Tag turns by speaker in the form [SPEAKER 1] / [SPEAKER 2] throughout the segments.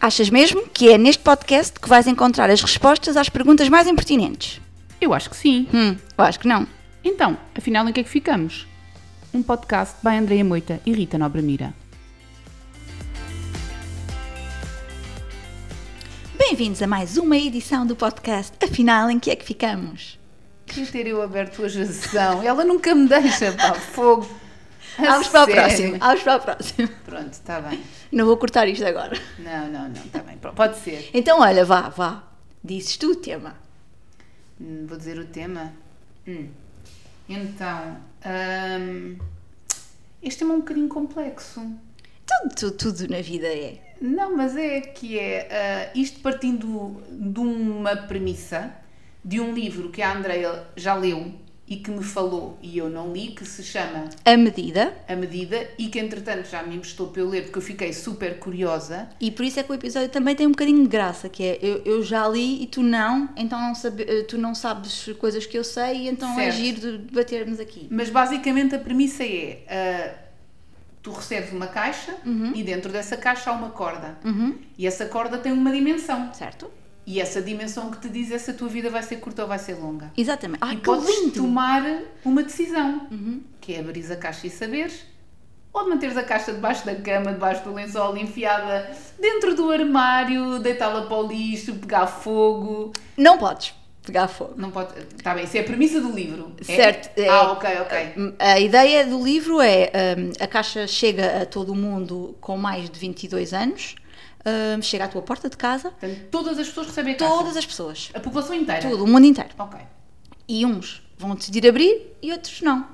[SPEAKER 1] Achas mesmo que é neste podcast que vais encontrar as respostas às perguntas mais impertinentes?
[SPEAKER 2] Eu acho que sim.
[SPEAKER 1] Hum, eu acho que não.
[SPEAKER 2] Então, afinal, em que é que ficamos? Um podcast by Andreia Moita e Rita Nobre Mira.
[SPEAKER 1] Bem-vindos a mais uma edição do podcast Afinal, em que é que ficamos?
[SPEAKER 2] Queria ter eu aberto hoje a sessão. Ela nunca me deixa, pá, fogo. A
[SPEAKER 1] Vamos para o
[SPEAKER 2] sério.
[SPEAKER 1] próximo. Vamos para o próximo.
[SPEAKER 2] Pronto, está bem.
[SPEAKER 1] Não vou cortar isto agora.
[SPEAKER 2] Não, não, não, está bem. Pro- Pode ser.
[SPEAKER 1] Então, olha, vá, vá. Dizes tu o tema.
[SPEAKER 2] Hum, Vou dizer o tema. Hum. Então, hum, este tema é um bocadinho complexo.
[SPEAKER 1] Tudo, tudo, tudo na vida é.
[SPEAKER 2] Não, mas é que é ah, isto partindo de uma premissa de um livro que a Andrea já leu e que me falou e eu não li, que se chama
[SPEAKER 1] A medida.
[SPEAKER 2] A Medida e que entretanto já me emprestou para eu ler porque eu fiquei super curiosa.
[SPEAKER 1] E por isso é que o episódio também tem um bocadinho de graça, que é eu, eu já li e tu não, então não sabe- eh, tu não sabes coisas que eu sei, e então é
[SPEAKER 2] Certo.
[SPEAKER 1] giro de debatermos aqui.
[SPEAKER 2] Mas basicamente a premissa é: ah, tu recebes uma caixa e dentro dessa caixa há uma corda.
[SPEAKER 1] Uhum.
[SPEAKER 2] E essa corda tem uma dimensão.
[SPEAKER 1] Certo?
[SPEAKER 2] E essa dimensão que te diz é se a tua vida vai ser curta ou vai ser longa.
[SPEAKER 1] Exatamente. Ah,
[SPEAKER 2] e
[SPEAKER 1] que
[SPEAKER 2] podes
[SPEAKER 1] lindo!
[SPEAKER 2] tomar uma decisão,
[SPEAKER 1] Uhum.
[SPEAKER 2] que é abrir a caixa e saberes, ou manteres a caixa debaixo da cama, debaixo do lençol, enfiada dentro do armário, deitá-la para o lixo, pegar fogo.
[SPEAKER 1] Não podes pegar fogo.
[SPEAKER 2] Não pode. Está bem, isso é a premissa do livro. é?
[SPEAKER 1] Certo, é.
[SPEAKER 2] Ah, ok, ok.
[SPEAKER 1] A ideia do livro é hum, a caixa chega a todo mundo com mais de 22 anos, hum, chega à tua porta de casa,
[SPEAKER 2] Portanto, todas as pessoas recebem a caixa.
[SPEAKER 1] todas as pessoas,
[SPEAKER 2] A população inteira.
[SPEAKER 1] tudo, Ah, o mundo inteiro.
[SPEAKER 2] Ok.
[SPEAKER 1] E uns vão decidir abrir e outros não.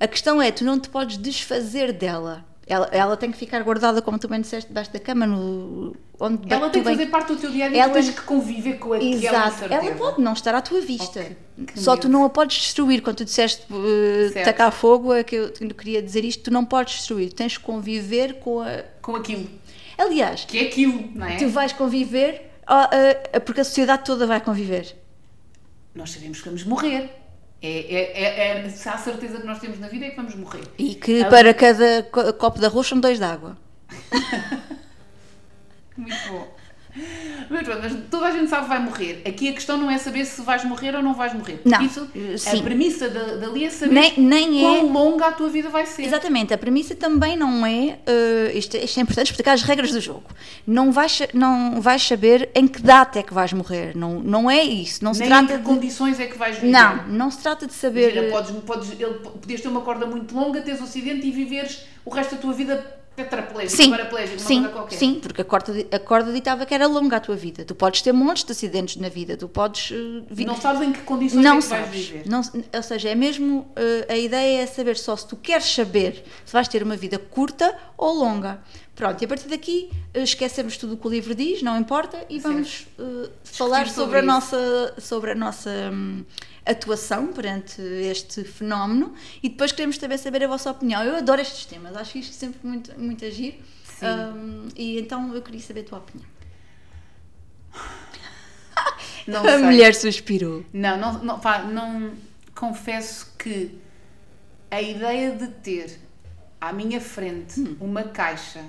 [SPEAKER 1] A questão é, tu não te podes desfazer dela. Ela, ela tem que ficar guardada, como tu bem disseste, debaixo da cama, no, onde
[SPEAKER 2] Ela
[SPEAKER 1] tu
[SPEAKER 2] tem que
[SPEAKER 1] bem-
[SPEAKER 2] fazer parte do teu dia a dia,
[SPEAKER 1] Ela-
[SPEAKER 2] tu tens que conviver com aquela
[SPEAKER 1] Exato,
[SPEAKER 2] incerteza.
[SPEAKER 1] ela pode não estar à tua vista.
[SPEAKER 2] é Oh, que- que
[SPEAKER 1] Só tu
[SPEAKER 2] medo.
[SPEAKER 1] não a podes destruir. Quando tu disseste eh,
[SPEAKER 2] Certo.
[SPEAKER 1] tacar fogo, é que eu te- queria dizer isto: tu não podes destruir, tens de conviver com a.
[SPEAKER 2] Com aquilo.
[SPEAKER 1] Aliás,
[SPEAKER 2] Que é aquilo, não é?
[SPEAKER 1] tu vais conviver ah, ah, porque a sociedade toda vai conviver.
[SPEAKER 2] nós sabemos que vamos morrer. É, é, é, é- se há certeza que nós temos na vida é que vamos morrer.
[SPEAKER 1] E que
[SPEAKER 2] Ah,
[SPEAKER 1] para cada co- copo de arroz são dois de água.
[SPEAKER 2] Muito bom. Mas pronto, mas toda a gente sabe que vai morrer. Aqui a questão não é saber se vais morrer ou não vais morrer.
[SPEAKER 1] Não. Eh,
[SPEAKER 2] Isso,
[SPEAKER 1] Sim.
[SPEAKER 2] A premissa da, dali é saber
[SPEAKER 1] Nem, nem é.
[SPEAKER 2] quão longa a tua vida vai ser.
[SPEAKER 1] Exatamente, a premissa também não é. eh, isto, isto é importante explicar as regras do jogo. Não vais, sa- não vais saber em que data é que vais morrer. Não, não é isso. Não se
[SPEAKER 2] Nem em
[SPEAKER 1] trata
[SPEAKER 2] que
[SPEAKER 1] de.
[SPEAKER 2] condições é que vais viver.
[SPEAKER 1] Não, Eh, não se trata de saber.
[SPEAKER 2] Imagina, podes, podes, ele, podias ter uma corda muito longa, teres um acidente e viveres o resto da tua vida tetraplégico,
[SPEAKER 1] sim,
[SPEAKER 2] paraplégico, uma
[SPEAKER 1] sim,
[SPEAKER 2] coisa qualquer.
[SPEAKER 1] sim, porque a corda, a corda ditava que era longa a tua vida. Tu podes ter montes de acidentes na vida, tu podes. eh, vi-
[SPEAKER 2] Não sabes em que condições é
[SPEAKER 1] não
[SPEAKER 2] que vais
[SPEAKER 1] sabes.
[SPEAKER 2] viver.
[SPEAKER 1] Não, ou seja, é mesmo. eh, a ideia é saber só se tu queres saber se vais ter uma vida curta ou longa. Pronto, e a partir daqui eh, esquecemos tudo o que o livro diz, não importa, e vamos eh, falar sobre,
[SPEAKER 2] sobre
[SPEAKER 1] a
[SPEAKER 2] isso.
[SPEAKER 1] nossa, sobre a nossa hum, atuação perante este fenómeno e depois queremos também saber a vossa opinião. Eu adoro estes temas, acho isto sempre muito, muito agir.
[SPEAKER 2] Sim.
[SPEAKER 1] e então eu queria saber a tua opinião.
[SPEAKER 2] Não
[SPEAKER 1] a
[SPEAKER 2] sei.
[SPEAKER 1] mulher suspirou.
[SPEAKER 2] Não, não, não, pá, não confesso que a ideia de ter à minha frente
[SPEAKER 1] Hum.
[SPEAKER 2] uma caixa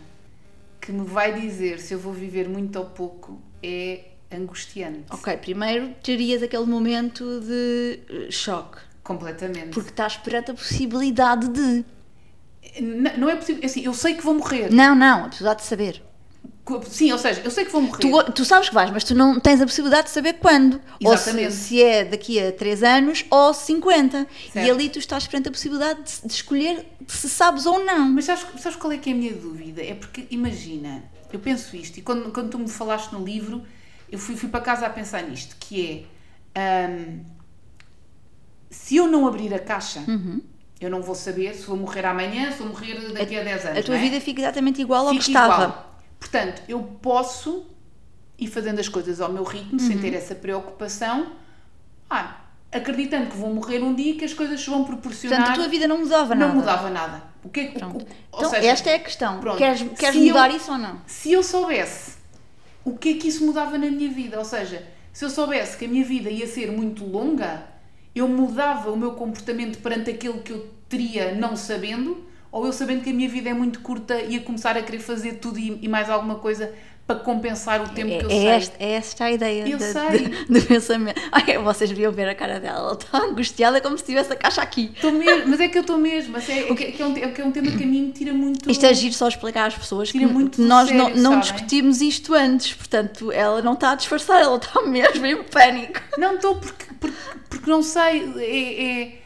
[SPEAKER 2] que me vai dizer se eu vou viver muito ou pouco é angustiante.
[SPEAKER 1] Ok, primeiro terias aquele momento de eh, choque,
[SPEAKER 2] Completamente.
[SPEAKER 1] porque estás perante a possibilidade de.
[SPEAKER 2] N- não é possível. Assim, eu sei que vou morrer.
[SPEAKER 1] Não, não, apesar de saber.
[SPEAKER 2] Co- Sim, ou seja, eu sei que vou morrer.
[SPEAKER 1] Tu, tu sabes que vais, mas tu não tens a possibilidade de saber quando. Ou
[SPEAKER 2] Exatamente.
[SPEAKER 1] se, se é daqui a 3 anos ou 50. E
[SPEAKER 2] Certo.
[SPEAKER 1] ali tu estás perante a possibilidade de, de escolher se sabes ou não.
[SPEAKER 2] Mas sabes, sabes qual é que é a minha dúvida? É porque, imagina, eu penso isto, e quando, quando tu me falaste no livro, eu fui, fui para casa a pensar nisto, que é, hum, se eu não abrir a caixa,
[SPEAKER 1] Uhum.
[SPEAKER 2] eu não vou saber se vou morrer amanhã, se vou morrer daqui a, 10 anos,
[SPEAKER 1] A tua
[SPEAKER 2] não é?
[SPEAKER 1] vida fica exatamente igual ao que
[SPEAKER 2] Fica
[SPEAKER 1] estava.
[SPEAKER 2] igual. Portanto, eu posso ir fazendo as coisas ao meu ritmo,
[SPEAKER 1] Uhum.
[SPEAKER 2] sem ter essa preocupação, ah, acreditando que vou morrer um dia e que as coisas se vão proporcionar...
[SPEAKER 1] Portanto, a tua vida não mudava nada.
[SPEAKER 2] Não mudava nada. O que, é que- o- o- ou
[SPEAKER 1] Então,
[SPEAKER 2] seja,
[SPEAKER 1] esta é a questão.
[SPEAKER 2] pronto,
[SPEAKER 1] Queres, queres
[SPEAKER 2] se eu-
[SPEAKER 1] mudar isso ou não?
[SPEAKER 2] se eu soubesse o que é que isso mudava na minha vida, ou seja, se eu soubesse que a minha vida ia ser muito longa, eu mudava o meu comportamento perante aquilo que eu teria não sabendo, ou eu sabendo que a minha vida é muito curta ia começar a querer fazer tudo e, e mais alguma coisa para compensar o tempo
[SPEAKER 1] É,
[SPEAKER 2] que eu
[SPEAKER 1] é
[SPEAKER 2] sei.
[SPEAKER 1] esta, é esta a ideia
[SPEAKER 2] Eu
[SPEAKER 1] da-
[SPEAKER 2] sei.
[SPEAKER 1] de- do pensamento. Ai, é, vocês deviam ver a cara dela, ela está angustiada como se tivesse a caixa aqui.
[SPEAKER 2] Tô mesmo, mas é que eu estou mesmo. Mas é, é que, é que é um, te- é que é um tema que a mim me tira muito.
[SPEAKER 1] Isto é giro só explicar às pessoas que
[SPEAKER 2] Tira muito do
[SPEAKER 1] nós
[SPEAKER 2] sério,
[SPEAKER 1] não, não
[SPEAKER 2] sabem?
[SPEAKER 1] discutimos isto antes, portanto ela não está a disfarçar, ela está mesmo em pânico.
[SPEAKER 2] Não estou porque, porque, porque não sei. É, é-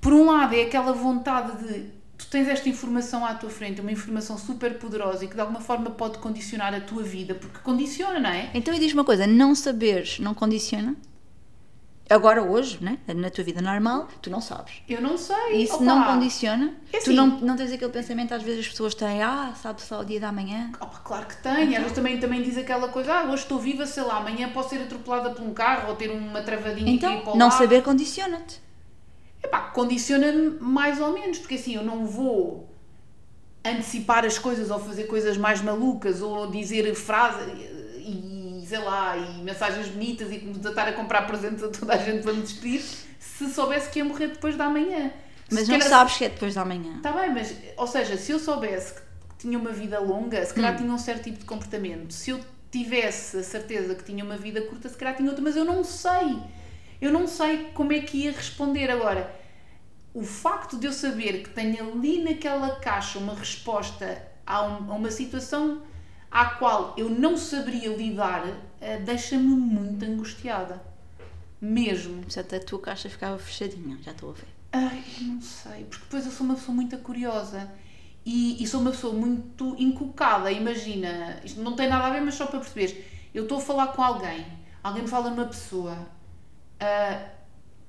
[SPEAKER 2] por um lado, é aquela vontade de. Tu tens esta informação à tua frente, uma informação super poderosa e que de alguma forma pode condicionar a tua vida, porque condiciona, não é?
[SPEAKER 1] Então e diz uma coisa, não saberes não condiciona? Agora hoje, né? na tua vida normal, tu não sabes.
[SPEAKER 2] Eu não sei.
[SPEAKER 1] Isso
[SPEAKER 2] opa.
[SPEAKER 1] não condiciona?
[SPEAKER 2] É
[SPEAKER 1] tu
[SPEAKER 2] assim.
[SPEAKER 1] não, não tens aquele pensamento, às vezes as pessoas têm, ah, sabe só o dia da manhã.
[SPEAKER 2] Opa, claro que tem.
[SPEAKER 1] Então.
[SPEAKER 2] Às vezes também, também diz aquela coisa, ah, hoje estou viva, sei lá, amanhã posso ser atropelada por um carro ou ter uma travadinha aqui
[SPEAKER 1] Então,
[SPEAKER 2] para o
[SPEAKER 1] não
[SPEAKER 2] lado.
[SPEAKER 1] saber condiciona-te.
[SPEAKER 2] Epá, condiciona-me mais ou menos, porque assim, eu não vou antecipar as coisas ou fazer coisas mais malucas ou dizer frases e sei lá, e mensagens bonitas e começar a comprar presentes a toda a gente para me despedir se soubesse que ia morrer depois da manhã.
[SPEAKER 1] Mas
[SPEAKER 2] Se
[SPEAKER 1] não
[SPEAKER 2] calhar-
[SPEAKER 1] sabes que é depois da manhã.
[SPEAKER 2] Está Tá bem, mas, ou seja, se eu soubesse que tinha uma vida longa, se calhar tinha um certo tipo de comportamento. Se eu tivesse a certeza que tinha uma vida curta, se calhar tinha outra, mas eu não sei. Eu não sei como é que ia responder. Agora, o facto de eu saber que tenho ali naquela caixa uma resposta a, um- a uma situação à qual eu não saberia lidar, eh, deixa-me muito angustiada. Mesmo.
[SPEAKER 1] Portanto, a tua caixa ficava fechadinha, já estou a ver.
[SPEAKER 2] Ai, eu não sei, porque depois eu sou uma pessoa muito curiosa e, e sou uma pessoa muito encucada. Imagina, isto não tem nada a ver, mas só para perceberes. Eu estou a falar com alguém, alguém me fala numa pessoa. ah,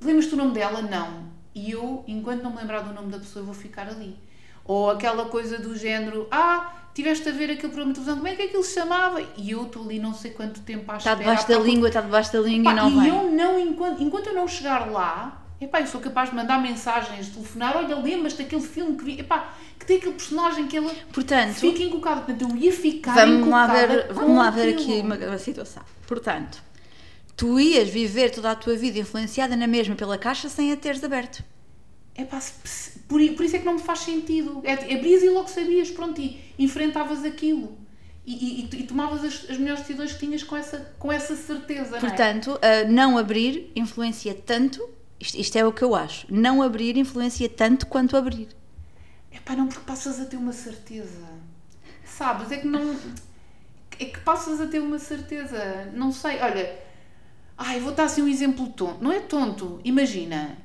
[SPEAKER 2] Lembras-te o nome dela? Não. E eu, enquanto não me lembrar do nome da pessoa, eu vou ficar ali. Ou aquela coisa do género: Ah, tiveste a ver aquele programa de televisão, como é que aquilo se chamava? E eu estou ali não sei quanto tempo à
[SPEAKER 1] Está
[SPEAKER 2] espera. à
[SPEAKER 1] debaixo da
[SPEAKER 2] procura-
[SPEAKER 1] língua, está debaixo da língua
[SPEAKER 2] Pá,
[SPEAKER 1] e não
[SPEAKER 2] e
[SPEAKER 1] vai.
[SPEAKER 2] eu não, enquanto, enquanto eu não chegar lá, epá, eu sou capaz de mandar mensagens, telefonar, olha, lembras daquele filme que vi, epá, que tem aquele personagem que ele
[SPEAKER 1] Portanto,
[SPEAKER 2] fica encucado, portanto eu ia ficar
[SPEAKER 1] vamos lá
[SPEAKER 2] encucada
[SPEAKER 1] ver,
[SPEAKER 2] com
[SPEAKER 1] vamos lá ver
[SPEAKER 2] aquilo.
[SPEAKER 1] aqui uma, uma situação. Portanto, tu ias viver toda a tua vida influenciada na mesma pela caixa sem a teres aberto.
[SPEAKER 2] Epá, se- se- por, i- por isso é que não me faz sentido. É, abrias e logo sabias, pronto, e enfrentavas aquilo. E, e- e tu- e tomavas as, as melhores decisões que tinhas com essa, com essa certeza, não é?
[SPEAKER 1] Portanto, a não abrir influencia tanto, isto, isto é o que eu acho, não abrir influencia tanto quanto abrir.
[SPEAKER 2] Epá, não, porque passas a ter uma certeza. Sabes? É que não. É que passas a ter uma certeza. Não sei. Olha. Ai, vou dar assim um exemplo tonto. Não é tonto. Imagina.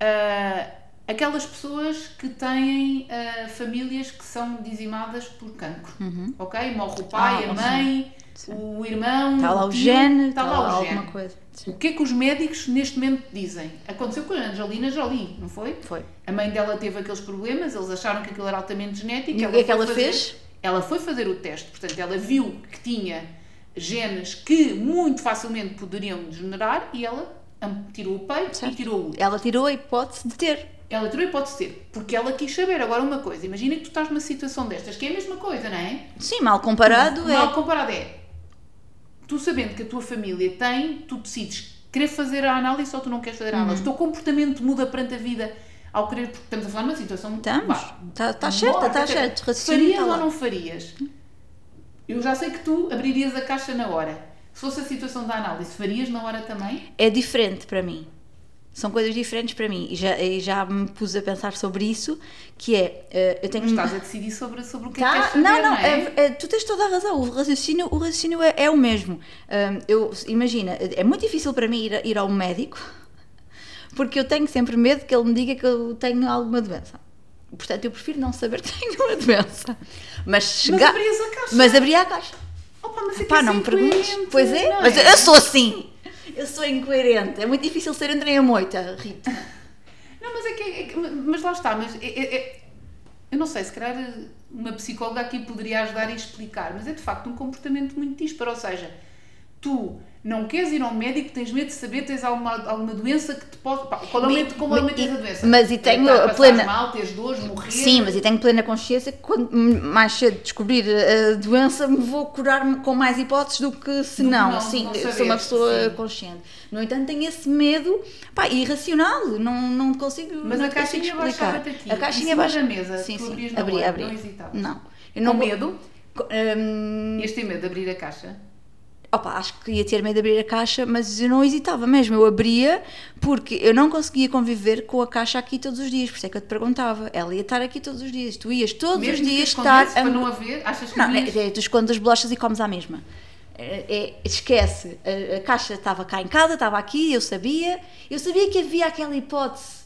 [SPEAKER 2] ah, aquelas pessoas que têm ah, famílias que são dizimadas por cancro. Ok? Morre o pai,
[SPEAKER 1] Ah,
[SPEAKER 2] a mãe,
[SPEAKER 1] Uhum. sim.
[SPEAKER 2] o irmão.
[SPEAKER 1] Está lá o
[SPEAKER 2] tio,
[SPEAKER 1] gene,
[SPEAKER 2] Hum, Está
[SPEAKER 1] está
[SPEAKER 2] lá, o
[SPEAKER 1] alguma
[SPEAKER 2] gene.
[SPEAKER 1] coisa. Sim.
[SPEAKER 2] O que é que os médicos neste momento dizem? Aconteceu com a Angelina Jolie, não foi?
[SPEAKER 1] Foi.
[SPEAKER 2] A mãe dela teve aqueles problemas, eles acharam que aquilo era altamente genético.
[SPEAKER 1] E o que é que
[SPEAKER 2] foi
[SPEAKER 1] ela
[SPEAKER 2] fazer-
[SPEAKER 1] fez?
[SPEAKER 2] Ela foi fazer o teste, portanto, ela viu que tinha genes que muito facilmente poderiam degenerar e ela am- tirou o peito
[SPEAKER 1] Certo.
[SPEAKER 2] e tirou o útero.
[SPEAKER 1] Ela tirou a hipótese de ter.
[SPEAKER 2] Ela tirou e pode ser, porque ela quis saber. Agora, uma coisa, imagina que tu estás numa situação destas, que é a mesma coisa, não é?
[SPEAKER 1] Sim, mal comparado é.
[SPEAKER 2] Mal comparado é. Tu sabendo que a tua família tem, tu decides querer fazer a análise ou tu não queres fazer a
[SPEAKER 1] Uhum.
[SPEAKER 2] análise. O teu comportamento muda perante a vida ao querer, porque estamos a falar de uma situação
[SPEAKER 1] Estamos.
[SPEAKER 2] vá,
[SPEAKER 1] Está tá certa,
[SPEAKER 2] morta,
[SPEAKER 1] está
[SPEAKER 2] até-
[SPEAKER 1] certo. Raciocínio
[SPEAKER 2] Farias
[SPEAKER 1] está
[SPEAKER 2] ou
[SPEAKER 1] lá.
[SPEAKER 2] não farias? Eu já sei que tu abririas a caixa na hora. Se fosse a situação da análise, farias na hora também?
[SPEAKER 1] é diferente para mim. São coisas diferentes para mim. E já, e já me pus a pensar sobre isso, que é, eh, eu tenho
[SPEAKER 2] Mas estás a decidir sobre, sobre o que é que
[SPEAKER 1] Tá?
[SPEAKER 2] queres fazer,
[SPEAKER 1] não, não,
[SPEAKER 2] é?
[SPEAKER 1] é- é- tu tens toda a razão. O raciocínio, o raciocínio é, é o mesmo. Hum, eu imagina, é muito difícil para mim ir, a- ir ao médico porque eu tenho sempre medo que ele me diga que eu tenho alguma doença. Portanto, eu prefiro não saber que tenho uma doença. Mas
[SPEAKER 2] Mas
[SPEAKER 1] chegar.
[SPEAKER 2] abrias a caixa.
[SPEAKER 1] Mas abri a caixa.
[SPEAKER 2] Opa, mas é que
[SPEAKER 1] Pá,
[SPEAKER 2] isso é
[SPEAKER 1] não me perguntes.
[SPEAKER 2] incoerente,
[SPEAKER 1] Pois é,
[SPEAKER 2] não
[SPEAKER 1] mas eu sou assim. Eu sou incoerente. É muito difícil ser Andréia Moita, Rita.
[SPEAKER 2] Não, mas é que, é que- Mas lá está, mas. é- é- é- eu não sei, se calhar eh, uma psicóloga aqui poderia ajudar a explicar, mas é de facto um comportamento muito disparo. Ou seja, tu não queres ir ao médico, tens medo de saber, tens alguma, alguma doença que te pode. Pá, qual é o
[SPEAKER 1] Me-
[SPEAKER 2] medo, como é o medo
[SPEAKER 1] me-
[SPEAKER 2] tens a doença?
[SPEAKER 1] mas e tenho
[SPEAKER 2] Deitar,
[SPEAKER 1] a
[SPEAKER 2] passares
[SPEAKER 1] plena-
[SPEAKER 2] mal, tens dores, morrer.
[SPEAKER 1] Sim, mas eu tenho plena consciência que quando mais cedo descobrir a doença me vou curar com mais hipóteses do que se
[SPEAKER 2] Do que
[SPEAKER 1] não.
[SPEAKER 2] não,
[SPEAKER 1] Sim,
[SPEAKER 2] não
[SPEAKER 1] eu sou
[SPEAKER 2] saber,
[SPEAKER 1] uma pessoa
[SPEAKER 2] sim.
[SPEAKER 1] consciente. No entanto, tenho esse medo pá, irracional, não, não consigo.
[SPEAKER 2] Mas
[SPEAKER 1] não
[SPEAKER 2] a
[SPEAKER 1] te
[SPEAKER 2] caixinha
[SPEAKER 1] consigo
[SPEAKER 2] baixava-te
[SPEAKER 1] explicar.
[SPEAKER 2] aqui,
[SPEAKER 1] A
[SPEAKER 2] em
[SPEAKER 1] caixinha
[SPEAKER 2] cima
[SPEAKER 1] baixa
[SPEAKER 2] da mesa,
[SPEAKER 1] Sim,
[SPEAKER 2] tu
[SPEAKER 1] sim,
[SPEAKER 2] abrias na
[SPEAKER 1] abri,
[SPEAKER 2] hora,
[SPEAKER 1] abri.
[SPEAKER 2] não hesitavas.
[SPEAKER 1] Não. Eu
[SPEAKER 2] Com
[SPEAKER 1] vou-
[SPEAKER 2] medo?
[SPEAKER 1] Hum,
[SPEAKER 2] Ias ter medo de abrir a caixa?
[SPEAKER 1] Opa, acho que ia ter medo de abrir a caixa, mas eu não hesitava mesmo, eu abria porque eu não conseguia conviver com a caixa aqui todos os dias, por isso é que eu te perguntava. Ela ia estar aqui todos os dias, tu ias todos
[SPEAKER 2] Mesmo
[SPEAKER 1] os
[SPEAKER 2] que
[SPEAKER 1] dias estar.
[SPEAKER 2] escondesse para não haver, achas que
[SPEAKER 1] Não,
[SPEAKER 2] não,
[SPEAKER 1] é, é, tu escondes as bolachas e comes à mesma. É, é, esquece, a, a caixa estava cá em casa, estava aqui, eu sabia, eu sabia que havia aquela hipótese,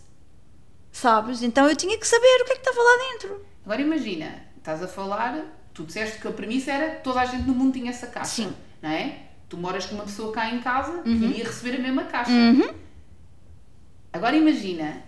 [SPEAKER 1] sabes? Então eu tinha que saber o que é que estava lá dentro.
[SPEAKER 2] Agora imagina, estás a falar, tu disseste que a premissa era toda a gente no mundo tinha essa caixa,
[SPEAKER 1] Sim. Uhum.
[SPEAKER 2] não é? Tu moras com uma pessoa cá em casa e ia receber a mesma caixa. Agora imagina,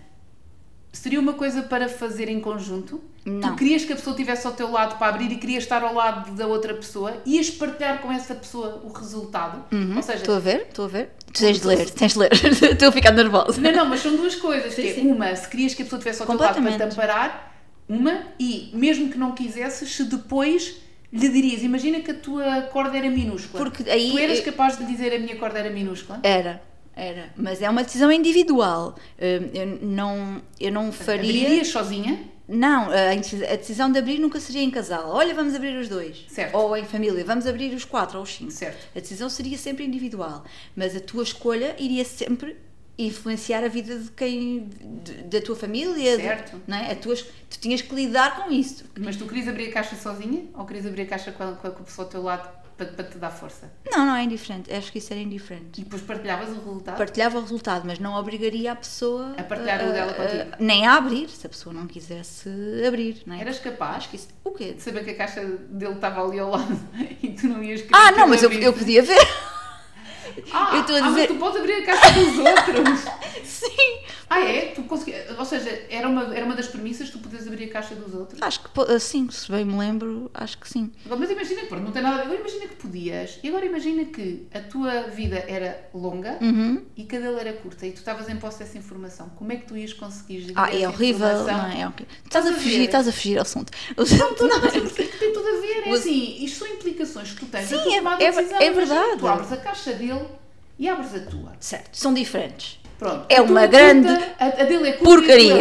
[SPEAKER 2] seria uma coisa para fazer em conjunto?
[SPEAKER 1] Não.
[SPEAKER 2] Tu querias que a pessoa estivesse ao teu lado para abrir e querias estar ao lado da outra pessoa? Ias partilhar com essa pessoa o resultado? Ou seja,
[SPEAKER 1] Estou a ver, estou a ver. Tu tens de ler, tens de ler, estou a ficar nervosa.
[SPEAKER 2] Não, não, mas são duas coisas. que é,
[SPEAKER 1] sim.
[SPEAKER 2] uma, se querias que a pessoa tivesse ao teu lado para te
[SPEAKER 1] Completamente.
[SPEAKER 2] amparar, uma, e mesmo que não quisesses, se depois lhe dirias, imagina que a tua corda era minúscula.
[SPEAKER 1] Porque aí- é-
[SPEAKER 2] Tu eras
[SPEAKER 1] eu-
[SPEAKER 2] capaz de dizer a minha corda era minúscula?
[SPEAKER 1] Era, era. Mas é uma decisão individual. Hum, Eu não, eu não faria.
[SPEAKER 2] Abririas sozinha?
[SPEAKER 1] Não, a inci- a decisão de abrir nunca seria em casal. Olha, vamos abrir os dois.
[SPEAKER 2] Certo.
[SPEAKER 1] Ou em família, vamos abrir os quatro ou os cinco.
[SPEAKER 2] Certo.
[SPEAKER 1] A decisão seria sempre individual. Mas a tua escolha iria sempre influenciar a vida de quem. de- da tua família. de-
[SPEAKER 2] Certo.
[SPEAKER 1] não é? a tuas, tu tinhas que lidar com isso.
[SPEAKER 2] Mas tu querias abrir a caixa sozinha? Ou querias abrir a caixa com a, com a pessoa ao teu lado para, para te dar força?
[SPEAKER 1] Não, não, é indiferente. Acho que isso era indiferente.
[SPEAKER 2] E depois partilhavas o resultado?
[SPEAKER 1] Partilhava o resultado, mas não obrigaria a pessoa
[SPEAKER 2] A partilhar o dela contigo.
[SPEAKER 1] nem a abrir, se a pessoa não quisesse abrir, não é?
[SPEAKER 2] Eras capaz
[SPEAKER 1] Acho que isso. O quê?
[SPEAKER 2] de saber que a caixa dele estava ali ao lado e tu não ias querer
[SPEAKER 1] Ah,
[SPEAKER 2] que
[SPEAKER 1] não,
[SPEAKER 2] ele
[SPEAKER 1] mas eu, eu
[SPEAKER 2] abrisse?
[SPEAKER 1] podia ver.
[SPEAKER 2] Ah,
[SPEAKER 1] eu estou a
[SPEAKER 2] ah, mas
[SPEAKER 1] dizer-
[SPEAKER 2] tu podes abrir a caixa dos outros!
[SPEAKER 1] Sim!
[SPEAKER 2] Ah, é? Tu consegui... Ou seja, era uma, era uma das premissas tu podes abrir a caixa dos outros.
[SPEAKER 1] Acho que po- assim, se bem me lembro, acho que sim.
[SPEAKER 2] Agora, Mas imagina que, pronto, não tem nada a ver. Agora imagina que podias. E agora imagina que a tua vida era longa
[SPEAKER 1] Uhum.
[SPEAKER 2] e que a dele era curta e tu estavas em posse dessa informação. Como é que tu ias conseguir gerir
[SPEAKER 1] Ah, é
[SPEAKER 2] essa
[SPEAKER 1] horrível,
[SPEAKER 2] informação?
[SPEAKER 1] não é? É horrível. Estás a
[SPEAKER 2] Estás a
[SPEAKER 1] fugir,
[SPEAKER 2] ver?
[SPEAKER 1] estás a fugir ao assunto. O assunto não
[SPEAKER 2] Mas é porque tem tudo a ver, é
[SPEAKER 1] Mas-
[SPEAKER 2] assim, isto são implicações que tu tens
[SPEAKER 1] Sim,
[SPEAKER 2] na tua
[SPEAKER 1] é-
[SPEAKER 2] tomada de
[SPEAKER 1] é-
[SPEAKER 2] decisão.
[SPEAKER 1] é
[SPEAKER 2] Imagina,
[SPEAKER 1] verdade.
[SPEAKER 2] Tu abres a caixa dele e abres a tua.
[SPEAKER 1] Certo, são diferentes.
[SPEAKER 2] Pronto.
[SPEAKER 1] É
[SPEAKER 2] A tua
[SPEAKER 1] uma
[SPEAKER 2] curta,
[SPEAKER 1] grande
[SPEAKER 2] a, a dele é curta E a tua é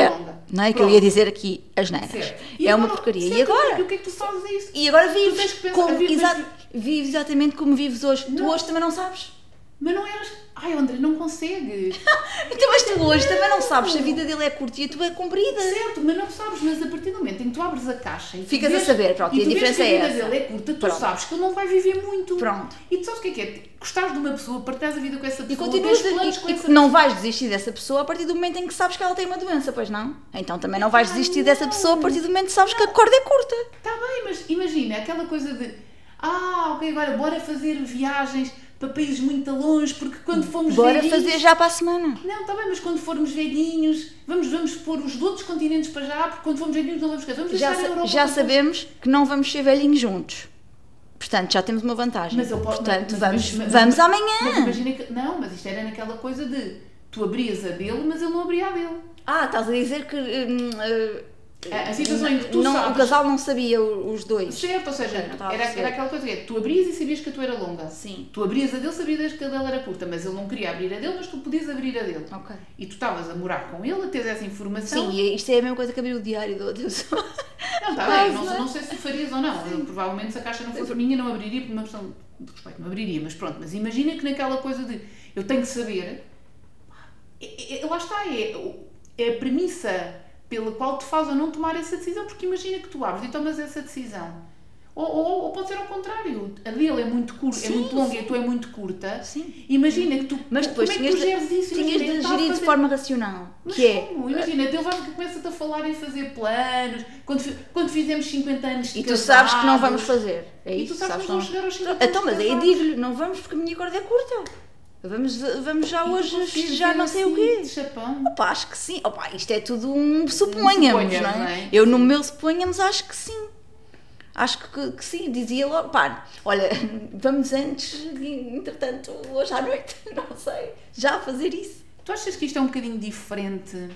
[SPEAKER 1] Porcaria!
[SPEAKER 2] longa.
[SPEAKER 1] Não é que eu
[SPEAKER 2] Pronto.
[SPEAKER 1] ia dizer aqui as neiras.
[SPEAKER 2] Certo.
[SPEAKER 1] É
[SPEAKER 2] E
[SPEAKER 1] uma
[SPEAKER 2] agora-
[SPEAKER 1] porcaria.
[SPEAKER 2] certo,
[SPEAKER 1] E agora?
[SPEAKER 2] O que é que tu fazes a isso?
[SPEAKER 1] E agora
[SPEAKER 2] tens que
[SPEAKER 1] vives,
[SPEAKER 2] pensar-
[SPEAKER 1] como,
[SPEAKER 2] vives-
[SPEAKER 1] exa- vives exatamente como vives hoje. Tu hoje também não sabes.
[SPEAKER 2] Mas não eras. Ai, André, não consegues.
[SPEAKER 1] Então, mas tu hoje também não sabes se a vida dele é curta e a tua é comprida.
[SPEAKER 2] certo, mas não sabes, mas a partir do momento em que tu abres a caixa e tu
[SPEAKER 1] Ficas a
[SPEAKER 2] vês-
[SPEAKER 1] saber, pronto, e a
[SPEAKER 2] tu vês
[SPEAKER 1] diferença
[SPEAKER 2] que
[SPEAKER 1] é
[SPEAKER 2] a vida
[SPEAKER 1] essa.
[SPEAKER 2] dele é curta, tu
[SPEAKER 1] Pronto.
[SPEAKER 2] sabes que ele não vai viver muito.
[SPEAKER 1] Pronto.
[SPEAKER 2] E tu sabes o que é que é? Gostares de uma pessoa, partilhas a vida com essa pessoa,
[SPEAKER 1] E continuas
[SPEAKER 2] tens planos com
[SPEAKER 1] e,
[SPEAKER 2] essa
[SPEAKER 1] e não vais desistir dessa pessoa a partir do momento em que sabes que ela tem uma doença, pois não? Então também não vais
[SPEAKER 2] Ah,
[SPEAKER 1] desistir dessa
[SPEAKER 2] não.
[SPEAKER 1] pessoa a partir do momento que sabes que a corda é curta.
[SPEAKER 2] Está Tá bem, mas imagina aquela coisa de ah, ok, agora bora fazer viagens para países muito longe, porque quando fomos
[SPEAKER 1] Bora
[SPEAKER 2] ver
[SPEAKER 1] fazer já para a semana.
[SPEAKER 2] Não, está bem, mas quando formos velhinhos, vamos, vamos pôr os de outros continentes para já, porque quando formos velhinhos não vamos esquecer. Vamos
[SPEAKER 1] Já,
[SPEAKER 2] deixar a
[SPEAKER 1] sa-
[SPEAKER 2] Europa.
[SPEAKER 1] já
[SPEAKER 2] para depois.
[SPEAKER 1] sabemos que não vamos ser velhinhos juntos. Portanto, já temos uma vantagem.
[SPEAKER 2] Mas eu posso-
[SPEAKER 1] Portanto,
[SPEAKER 2] mas-
[SPEAKER 1] vamos,
[SPEAKER 2] mas- mas-
[SPEAKER 1] vamos
[SPEAKER 2] Mas
[SPEAKER 1] amanhã.
[SPEAKER 2] imagina que. Não, mas isto era naquela coisa de tu abrias a dele, mas ele não abria a dele.
[SPEAKER 1] Ah, estás a dizer que. hum, eh,
[SPEAKER 2] A, a situação em que tu
[SPEAKER 1] não- o
[SPEAKER 2] sabes.
[SPEAKER 1] casal não sabia o- os dois.
[SPEAKER 2] Certo, ou seja,
[SPEAKER 1] Sim, não estava a
[SPEAKER 2] era,
[SPEAKER 1] perceber.
[SPEAKER 2] era aquela coisa que é, tu abrias e sabias que a tua era longa.
[SPEAKER 1] Sim.
[SPEAKER 2] Tu abrias a dele, sabias que a dele era curta, mas ele não queria abrir a dele, mas tu podias abrir a dele.
[SPEAKER 1] Ok.
[SPEAKER 2] E tu estavas a morar com ele, a ter essa informação.
[SPEAKER 1] Sim, e isto é a mesma coisa que abrir o diário do outro.
[SPEAKER 2] Não, está
[SPEAKER 1] Quase,
[SPEAKER 2] bem, não,
[SPEAKER 1] não é?
[SPEAKER 2] não sei se farias ou não. Eu, provavelmente se a caixa não fosse minha não abriria por uma questão de respeito, não abriria, mas pronto, mas imagina que naquela coisa de eu tenho que saber, é- é- lá está, é, o- é a premissa pela qual te faz ou não tomar essa decisão, porque imagina que tu abres e tomas essa decisão. Ou, ou- ou pode ser ao contrário, a dele é muito curta, é
[SPEAKER 1] Sim,
[SPEAKER 2] muito longa e a tua é muito curta.
[SPEAKER 1] Sim.
[SPEAKER 2] Imagina que tu.
[SPEAKER 1] Mas depois
[SPEAKER 2] como é
[SPEAKER 1] tinhas,
[SPEAKER 2] que tu geres
[SPEAKER 1] de,
[SPEAKER 2] isso?
[SPEAKER 1] tinhas
[SPEAKER 2] Imagina,
[SPEAKER 1] de
[SPEAKER 2] ele está a
[SPEAKER 1] gerir de
[SPEAKER 2] fazer-
[SPEAKER 1] forma racional.
[SPEAKER 2] mas
[SPEAKER 1] que é.
[SPEAKER 2] como? Imagina, ele vai que começa-te a falar em fazer planos, quando, fi- quando fizemos 50 anos de
[SPEAKER 1] E tu sabes que não vamos
[SPEAKER 2] casados.
[SPEAKER 1] fazer. É
[SPEAKER 2] E
[SPEAKER 1] isso,
[SPEAKER 2] tu sabes que não vamos
[SPEAKER 1] não.
[SPEAKER 2] chegar aos 50 anos
[SPEAKER 1] Então, mas
[SPEAKER 2] de
[SPEAKER 1] aí
[SPEAKER 2] casados.
[SPEAKER 1] digo-lhe, não vamos porque a minha corda é curta. Vamos, vamos já
[SPEAKER 2] E tu
[SPEAKER 1] hoje
[SPEAKER 2] consegues
[SPEAKER 1] festejar
[SPEAKER 2] dizer
[SPEAKER 1] não sei o
[SPEAKER 2] assim,
[SPEAKER 1] quê.
[SPEAKER 2] de Chapão.
[SPEAKER 1] Opa, acho que sim. Opa, isto é tudo um suponhamos,
[SPEAKER 2] suponhamos,
[SPEAKER 1] não é?
[SPEAKER 2] não é?
[SPEAKER 1] Eu no meu suponhamos acho que sim. Acho que, que sim, dizia logo, pá, olha, vamos antes, entretanto, hoje à noite, não sei, já fazer isso.
[SPEAKER 2] Tu achas que isto é um bocadinho diferente?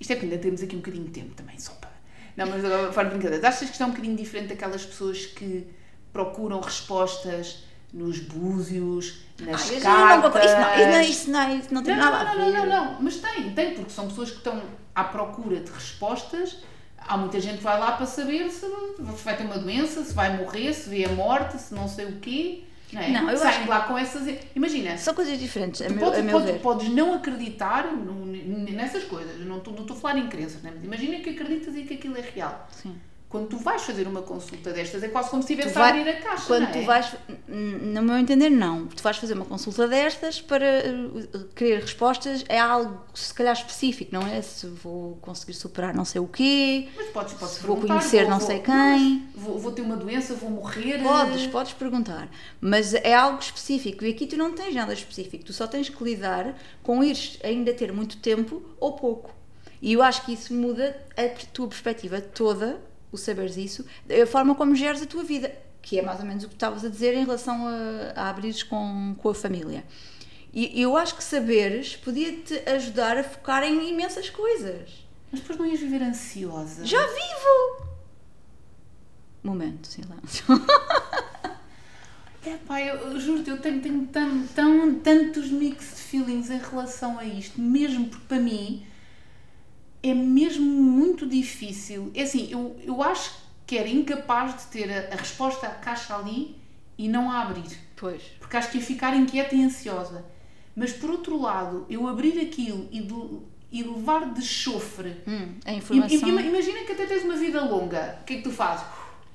[SPEAKER 2] Isto é porque ainda temos aqui um bocadinho de tempo também, só para. Não, mas agora, fora de brincadeira, achas que isto é um bocadinho diferente daquelas pessoas que procuram respostas nos búzios,
[SPEAKER 1] Ah,
[SPEAKER 2] nas
[SPEAKER 1] eu
[SPEAKER 2] cartas?
[SPEAKER 1] já não concordo. Isso não, isso não, é isso não, isso não tem
[SPEAKER 2] Não,
[SPEAKER 1] nada
[SPEAKER 2] não,
[SPEAKER 1] a ver.
[SPEAKER 2] não, não, não, não, mas tem, tem, porque são pessoas que estão à procura de respostas Há muita gente que vai lá para saber se se vai ter uma doença, se vai morrer, se vê a morte, se não sei o quê. Não, é?
[SPEAKER 1] Não, eu
[SPEAKER 2] Saem
[SPEAKER 1] acho que-
[SPEAKER 2] de lá com essas. Imagina,
[SPEAKER 1] São coisas diferentes, a
[SPEAKER 2] tu
[SPEAKER 1] meu,
[SPEAKER 2] podes,
[SPEAKER 1] a meu
[SPEAKER 2] podes-
[SPEAKER 1] ver.
[SPEAKER 2] podes não acreditar no- n- nessas coisas. Não estou não estou a falar em crenças, né? mas imagina que acreditas e que aquilo é real.
[SPEAKER 1] Sim.
[SPEAKER 2] Quando tu vais fazer uma consulta destas, é quase como se
[SPEAKER 1] Tu
[SPEAKER 2] estivesse a
[SPEAKER 1] vai-
[SPEAKER 2] abrir a caixa.
[SPEAKER 1] Quando
[SPEAKER 2] não é?
[SPEAKER 1] tu vais, n- no meu entender, não. Tu vais fazer uma consulta destas para uh, querer respostas é algo, se calhar, específico, não é? Se vou conseguir superar não sei o quê.
[SPEAKER 2] Mas podes, podes
[SPEAKER 1] Vou
[SPEAKER 2] perguntar,
[SPEAKER 1] conhecer
[SPEAKER 2] vou-
[SPEAKER 1] não
[SPEAKER 2] vou-
[SPEAKER 1] sei quem.
[SPEAKER 2] Vou, vou ter uma doença, vou morrer.
[SPEAKER 1] Podes, podes perguntar, mas é algo específico e aqui tu não tens nada específico, tu só tens que lidar com ires ainda ter muito tempo ou pouco. E eu acho que isso muda a tua perspectiva toda, o saberes isso, a forma como geres a tua vida, que é mais ou menos o que estavas a dizer em relação a, a abrires com, com a família. E eu acho que saberes podia-te ajudar a focar em imensas coisas.
[SPEAKER 2] Mas depois não ias viver ansiosa.
[SPEAKER 1] Já vivo! Momento, silêncio.
[SPEAKER 2] É, pá, eu, eu juro-te, eu tenho, tenho tão, tão- tantos mixed feelings em relação a isto, mesmo porque para mim é mesmo muito difícil. É assim, eu, eu acho que era incapaz de ter a, a resposta à caixa ali e não a abrir.
[SPEAKER 1] Pois.
[SPEAKER 2] porque acho que ia ficar inquieta e ansiosa. Mas por outro lado, eu abrir aquilo e, de- e levar de chofre.
[SPEAKER 1] Hum, a
[SPEAKER 2] Im- im-
[SPEAKER 1] informação.
[SPEAKER 2] imagina que até tens uma vida longa, o que é que tu fazes?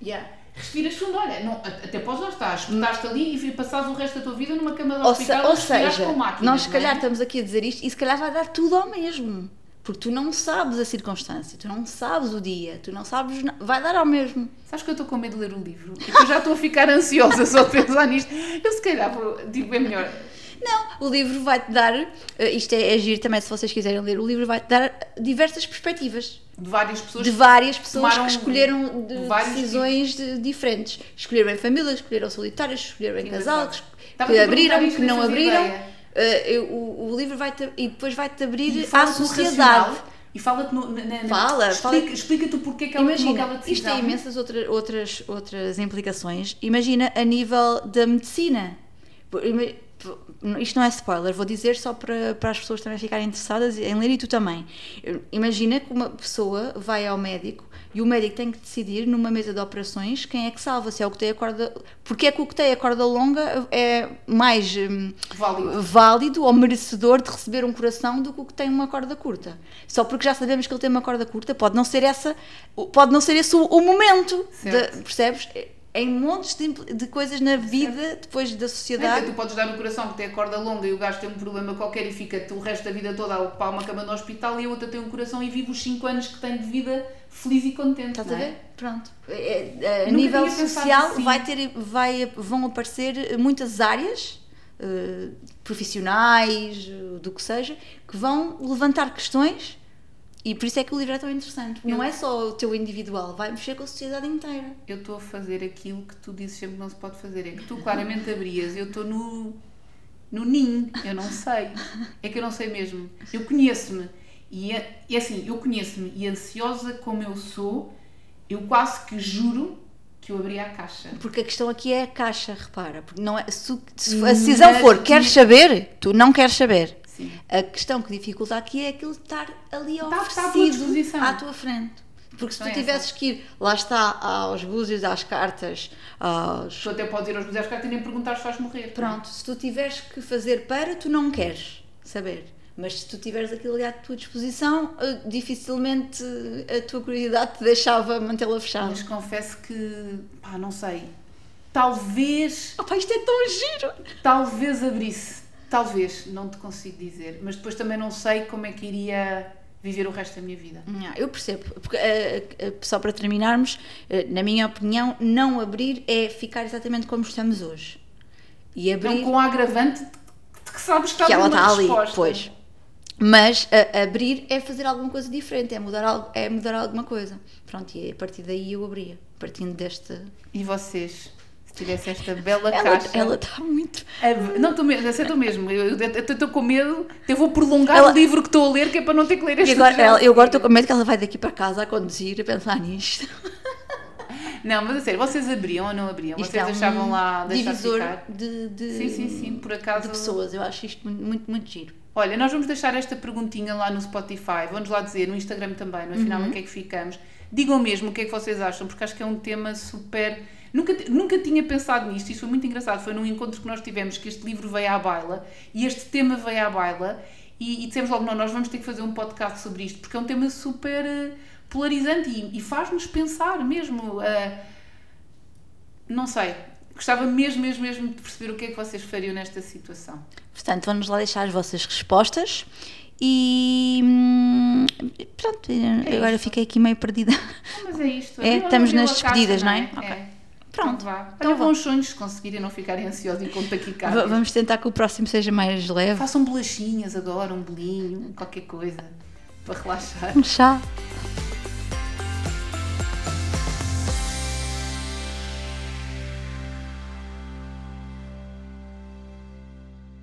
[SPEAKER 1] Yeah.
[SPEAKER 2] Respiras fundo, olha, não, a- até podes lá estar, espetaste ali e vi- passares o resto da tua vida numa cama de
[SPEAKER 1] Ou, se-
[SPEAKER 2] hospital
[SPEAKER 1] ou
[SPEAKER 2] Então, a respirar
[SPEAKER 1] seja,
[SPEAKER 2] com máquinas.
[SPEAKER 1] nós se calhar
[SPEAKER 2] não é?
[SPEAKER 1] estamos aqui a dizer isto e se calhar vai dar tudo ao mesmo. Porque tu não sabes a circunstância, tu não sabes o dia, tu não sabes. na- Vai dar ao mesmo.
[SPEAKER 2] Sabes que eu estou com medo de ler o livro? E que eu já estou a ficar ansiosa só de pensar nisto. Eu se calhar vou, digo, é melhor.
[SPEAKER 1] Não, Então, o livro vai-te dar. eh, Isto é, é giro também, se vocês quiserem ler, o livro vai-te dar diversas perspectivas
[SPEAKER 2] De várias pessoas
[SPEAKER 1] de várias pessoas
[SPEAKER 2] tomaram
[SPEAKER 1] que escolheram de-
[SPEAKER 2] vários
[SPEAKER 1] decisões de- diferentes. Escolheram em família, escolheram solitárias, escolheram em
[SPEAKER 2] Que
[SPEAKER 1] casal,
[SPEAKER 2] engraçado.
[SPEAKER 1] que,
[SPEAKER 2] Estava-te
[SPEAKER 1] que
[SPEAKER 2] a perguntar
[SPEAKER 1] abriram,
[SPEAKER 2] isto,
[SPEAKER 1] que
[SPEAKER 2] nem
[SPEAKER 1] não
[SPEAKER 2] fazia
[SPEAKER 1] abriram.
[SPEAKER 2] ideia.
[SPEAKER 1] Eh, eu- o, o livro vai-te. E depois vai-te
[SPEAKER 2] E
[SPEAKER 1] abrir à
[SPEAKER 2] fala-te no
[SPEAKER 1] sociedade.
[SPEAKER 2] racional E fala-te no. na- na- na-
[SPEAKER 1] Fala, fala-
[SPEAKER 2] explica, explica-te o porquê que ela tomou aquela
[SPEAKER 1] Imagina, isto é
[SPEAKER 2] decisão.
[SPEAKER 1] tem imensas outra- outras, outras implicações. Imagina a nível da medicina. Por- ima- por- Isto não é spoiler, vou dizer só para, para as pessoas também ficarem interessadas em ler e tu também. Imagina que uma pessoa vai ao médico e o médico tem que decidir numa mesa de operações quem é que salva, se é o que tem a corda. Porque é que o que tem a corda longa é mais. hum,
[SPEAKER 2] Válido.
[SPEAKER 1] válido ou merecedor de receber um coração do que o que tem uma corda curta. Só porque já sabemos que ele tem uma corda curta, pode não ser essa, o- pode não ser esse o, o momento, de-
[SPEAKER 2] Certo.
[SPEAKER 1] percebes? É, Em montes de, impl- de coisas na vida, depois da
[SPEAKER 2] Não é que
[SPEAKER 1] sociedade.
[SPEAKER 2] tu podes dar o coração que tem a corda longa e o gajo tem um problema qualquer e fica-te o resto da vida toda a ocupar uma cama no hospital e a outra tem um coração e vive os 5 anos que tem de vida feliz e contente.
[SPEAKER 1] Estás
[SPEAKER 2] não
[SPEAKER 1] a
[SPEAKER 2] é?
[SPEAKER 1] ver? Pronto. É- é- a
[SPEAKER 2] Nunca
[SPEAKER 1] nível
[SPEAKER 2] tinha pensado
[SPEAKER 1] social
[SPEAKER 2] assim.
[SPEAKER 1] vai ter, vai, vão aparecer eh, muitas áreas eh, profissionais, eh, do que seja, que vão levantar questões e por isso é que o livro é tão interessante. Não é só o teu individual, vai mexer com a sociedade inteira.
[SPEAKER 2] Eu estou a fazer aquilo que tu dizes sempre que não se pode fazer. É que tu claramente abrias. Eu estou no, no ninho. Eu não sei. É que eu não sei mesmo. Eu conheço-me. E é, e é assim, eu conheço-me. E ansiosa como eu sou, eu quase que juro que eu abri a caixa.
[SPEAKER 1] Porque a questão aqui é a caixa, repara. Porque não é, se, se a decisão for,
[SPEAKER 2] Mas-
[SPEAKER 1] queres saber, tu não queres saber.
[SPEAKER 2] Sim.
[SPEAKER 1] A questão que dificulta aqui é aquilo de estar ali
[SPEAKER 2] Tá, à tua
[SPEAKER 1] oferecido
[SPEAKER 2] disposição.
[SPEAKER 1] à tua frente. Porque se
[SPEAKER 2] Não
[SPEAKER 1] tu
[SPEAKER 2] é
[SPEAKER 1] tivesses que ir, lá está, aos búzios, às cartas, aos...
[SPEAKER 2] Tu até podes ir aos museus cartas e nem perguntar se vais morrer.
[SPEAKER 1] Pronto, se tu tiveres que fazer para, tu não queres saber. Mas se tu tiveres aquilo ali à tua disposição, eh, dificilmente eh, a tua curiosidade te deixava mantê-la fechada.
[SPEAKER 2] Mas confesso que, pá, não sei. Talvez
[SPEAKER 1] Opa, isto é tão giro!
[SPEAKER 2] Talvez abrisse, talvez, não te consigo dizer, mas depois também não sei como é que iria viver o resto da minha vida.
[SPEAKER 1] Não, Eu percebo, porque, eh, eh, só para terminarmos, eh, na minha opinião, não abrir é ficar exatamente como estamos hoje. E abrir
[SPEAKER 2] Não com o agravante de que sabes que,
[SPEAKER 1] que ela
[SPEAKER 2] está
[SPEAKER 1] está ali,
[SPEAKER 2] resposta.
[SPEAKER 1] pois. Mas a- abrir é fazer alguma coisa diferente, é mudar, algo, é mudar alguma coisa. Pronto, e a partir daí eu abria, partindo desta.
[SPEAKER 2] E vocês, se tivesse esta bela
[SPEAKER 1] Ela
[SPEAKER 2] caixa.
[SPEAKER 1] ela está muito.
[SPEAKER 2] Ab- Não, estou mesmo, essa eu estou mesmo. Eu estou com medo, eu vou prolongar
[SPEAKER 1] Ela-
[SPEAKER 2] o livro que estou a ler, que é para não ter que ler
[SPEAKER 1] E
[SPEAKER 2] este
[SPEAKER 1] agora,
[SPEAKER 2] já.
[SPEAKER 1] ela- eu agora estou com medo que ela vai daqui para casa a conduzir, a pensar nisto.
[SPEAKER 2] Não, mas a sério, vocês abriam ou não abriam?
[SPEAKER 1] Isto
[SPEAKER 2] vocês
[SPEAKER 1] é um
[SPEAKER 2] deixavam lá, deixar
[SPEAKER 1] divisor
[SPEAKER 2] ficar?
[SPEAKER 1] de, de-
[SPEAKER 2] Sim, sim, sim, por
[SPEAKER 1] de
[SPEAKER 2] acaso.
[SPEAKER 1] pessoas. Eu acho isto muito, muito, muito giro.
[SPEAKER 2] Olha, nós vamos deixar esta perguntinha lá no Spotify, vamos lá dizer, no Instagram também, no afinal em que é que ficamos. Digam mesmo o que é que vocês acham, porque acho que é um tema super. Nunca, ti- nunca tinha pensado nisto, isto foi muito engraçado. Foi num encontro que nós tivemos que este livro veio à baila e este tema veio à baila e, e dissemos logo: não, nós vamos ter que fazer um podcast sobre isto, porque é um tema super eh, polarizante e, e faz-nos pensar mesmo. eh, não sei, gostava mesmo, mesmo, mesmo de perceber o que é que vocês fariam nesta situação.
[SPEAKER 1] Portanto, vamos lá deixar as vossas respostas e. hum, Pronto, agora
[SPEAKER 2] É isto.
[SPEAKER 1] fiquei aqui meio perdida.
[SPEAKER 2] Ah, Mas é isto.
[SPEAKER 1] É,
[SPEAKER 2] Abriu-
[SPEAKER 1] estamos
[SPEAKER 2] abriu
[SPEAKER 1] nas
[SPEAKER 2] a caixa,
[SPEAKER 1] despedidas, não é? Ok.
[SPEAKER 2] Pronto,
[SPEAKER 1] Pronto,
[SPEAKER 2] vá.
[SPEAKER 1] então
[SPEAKER 2] Então bons sonhos se conseguirem não ficarem ansiosos e com
[SPEAKER 1] Va-
[SPEAKER 2] taquicardia.
[SPEAKER 1] Vamos tentar que o próximo seja mais leve.
[SPEAKER 2] Façam bolachinhas agora, um bolinho, qualquer coisa, para relaxar.
[SPEAKER 1] Um chá.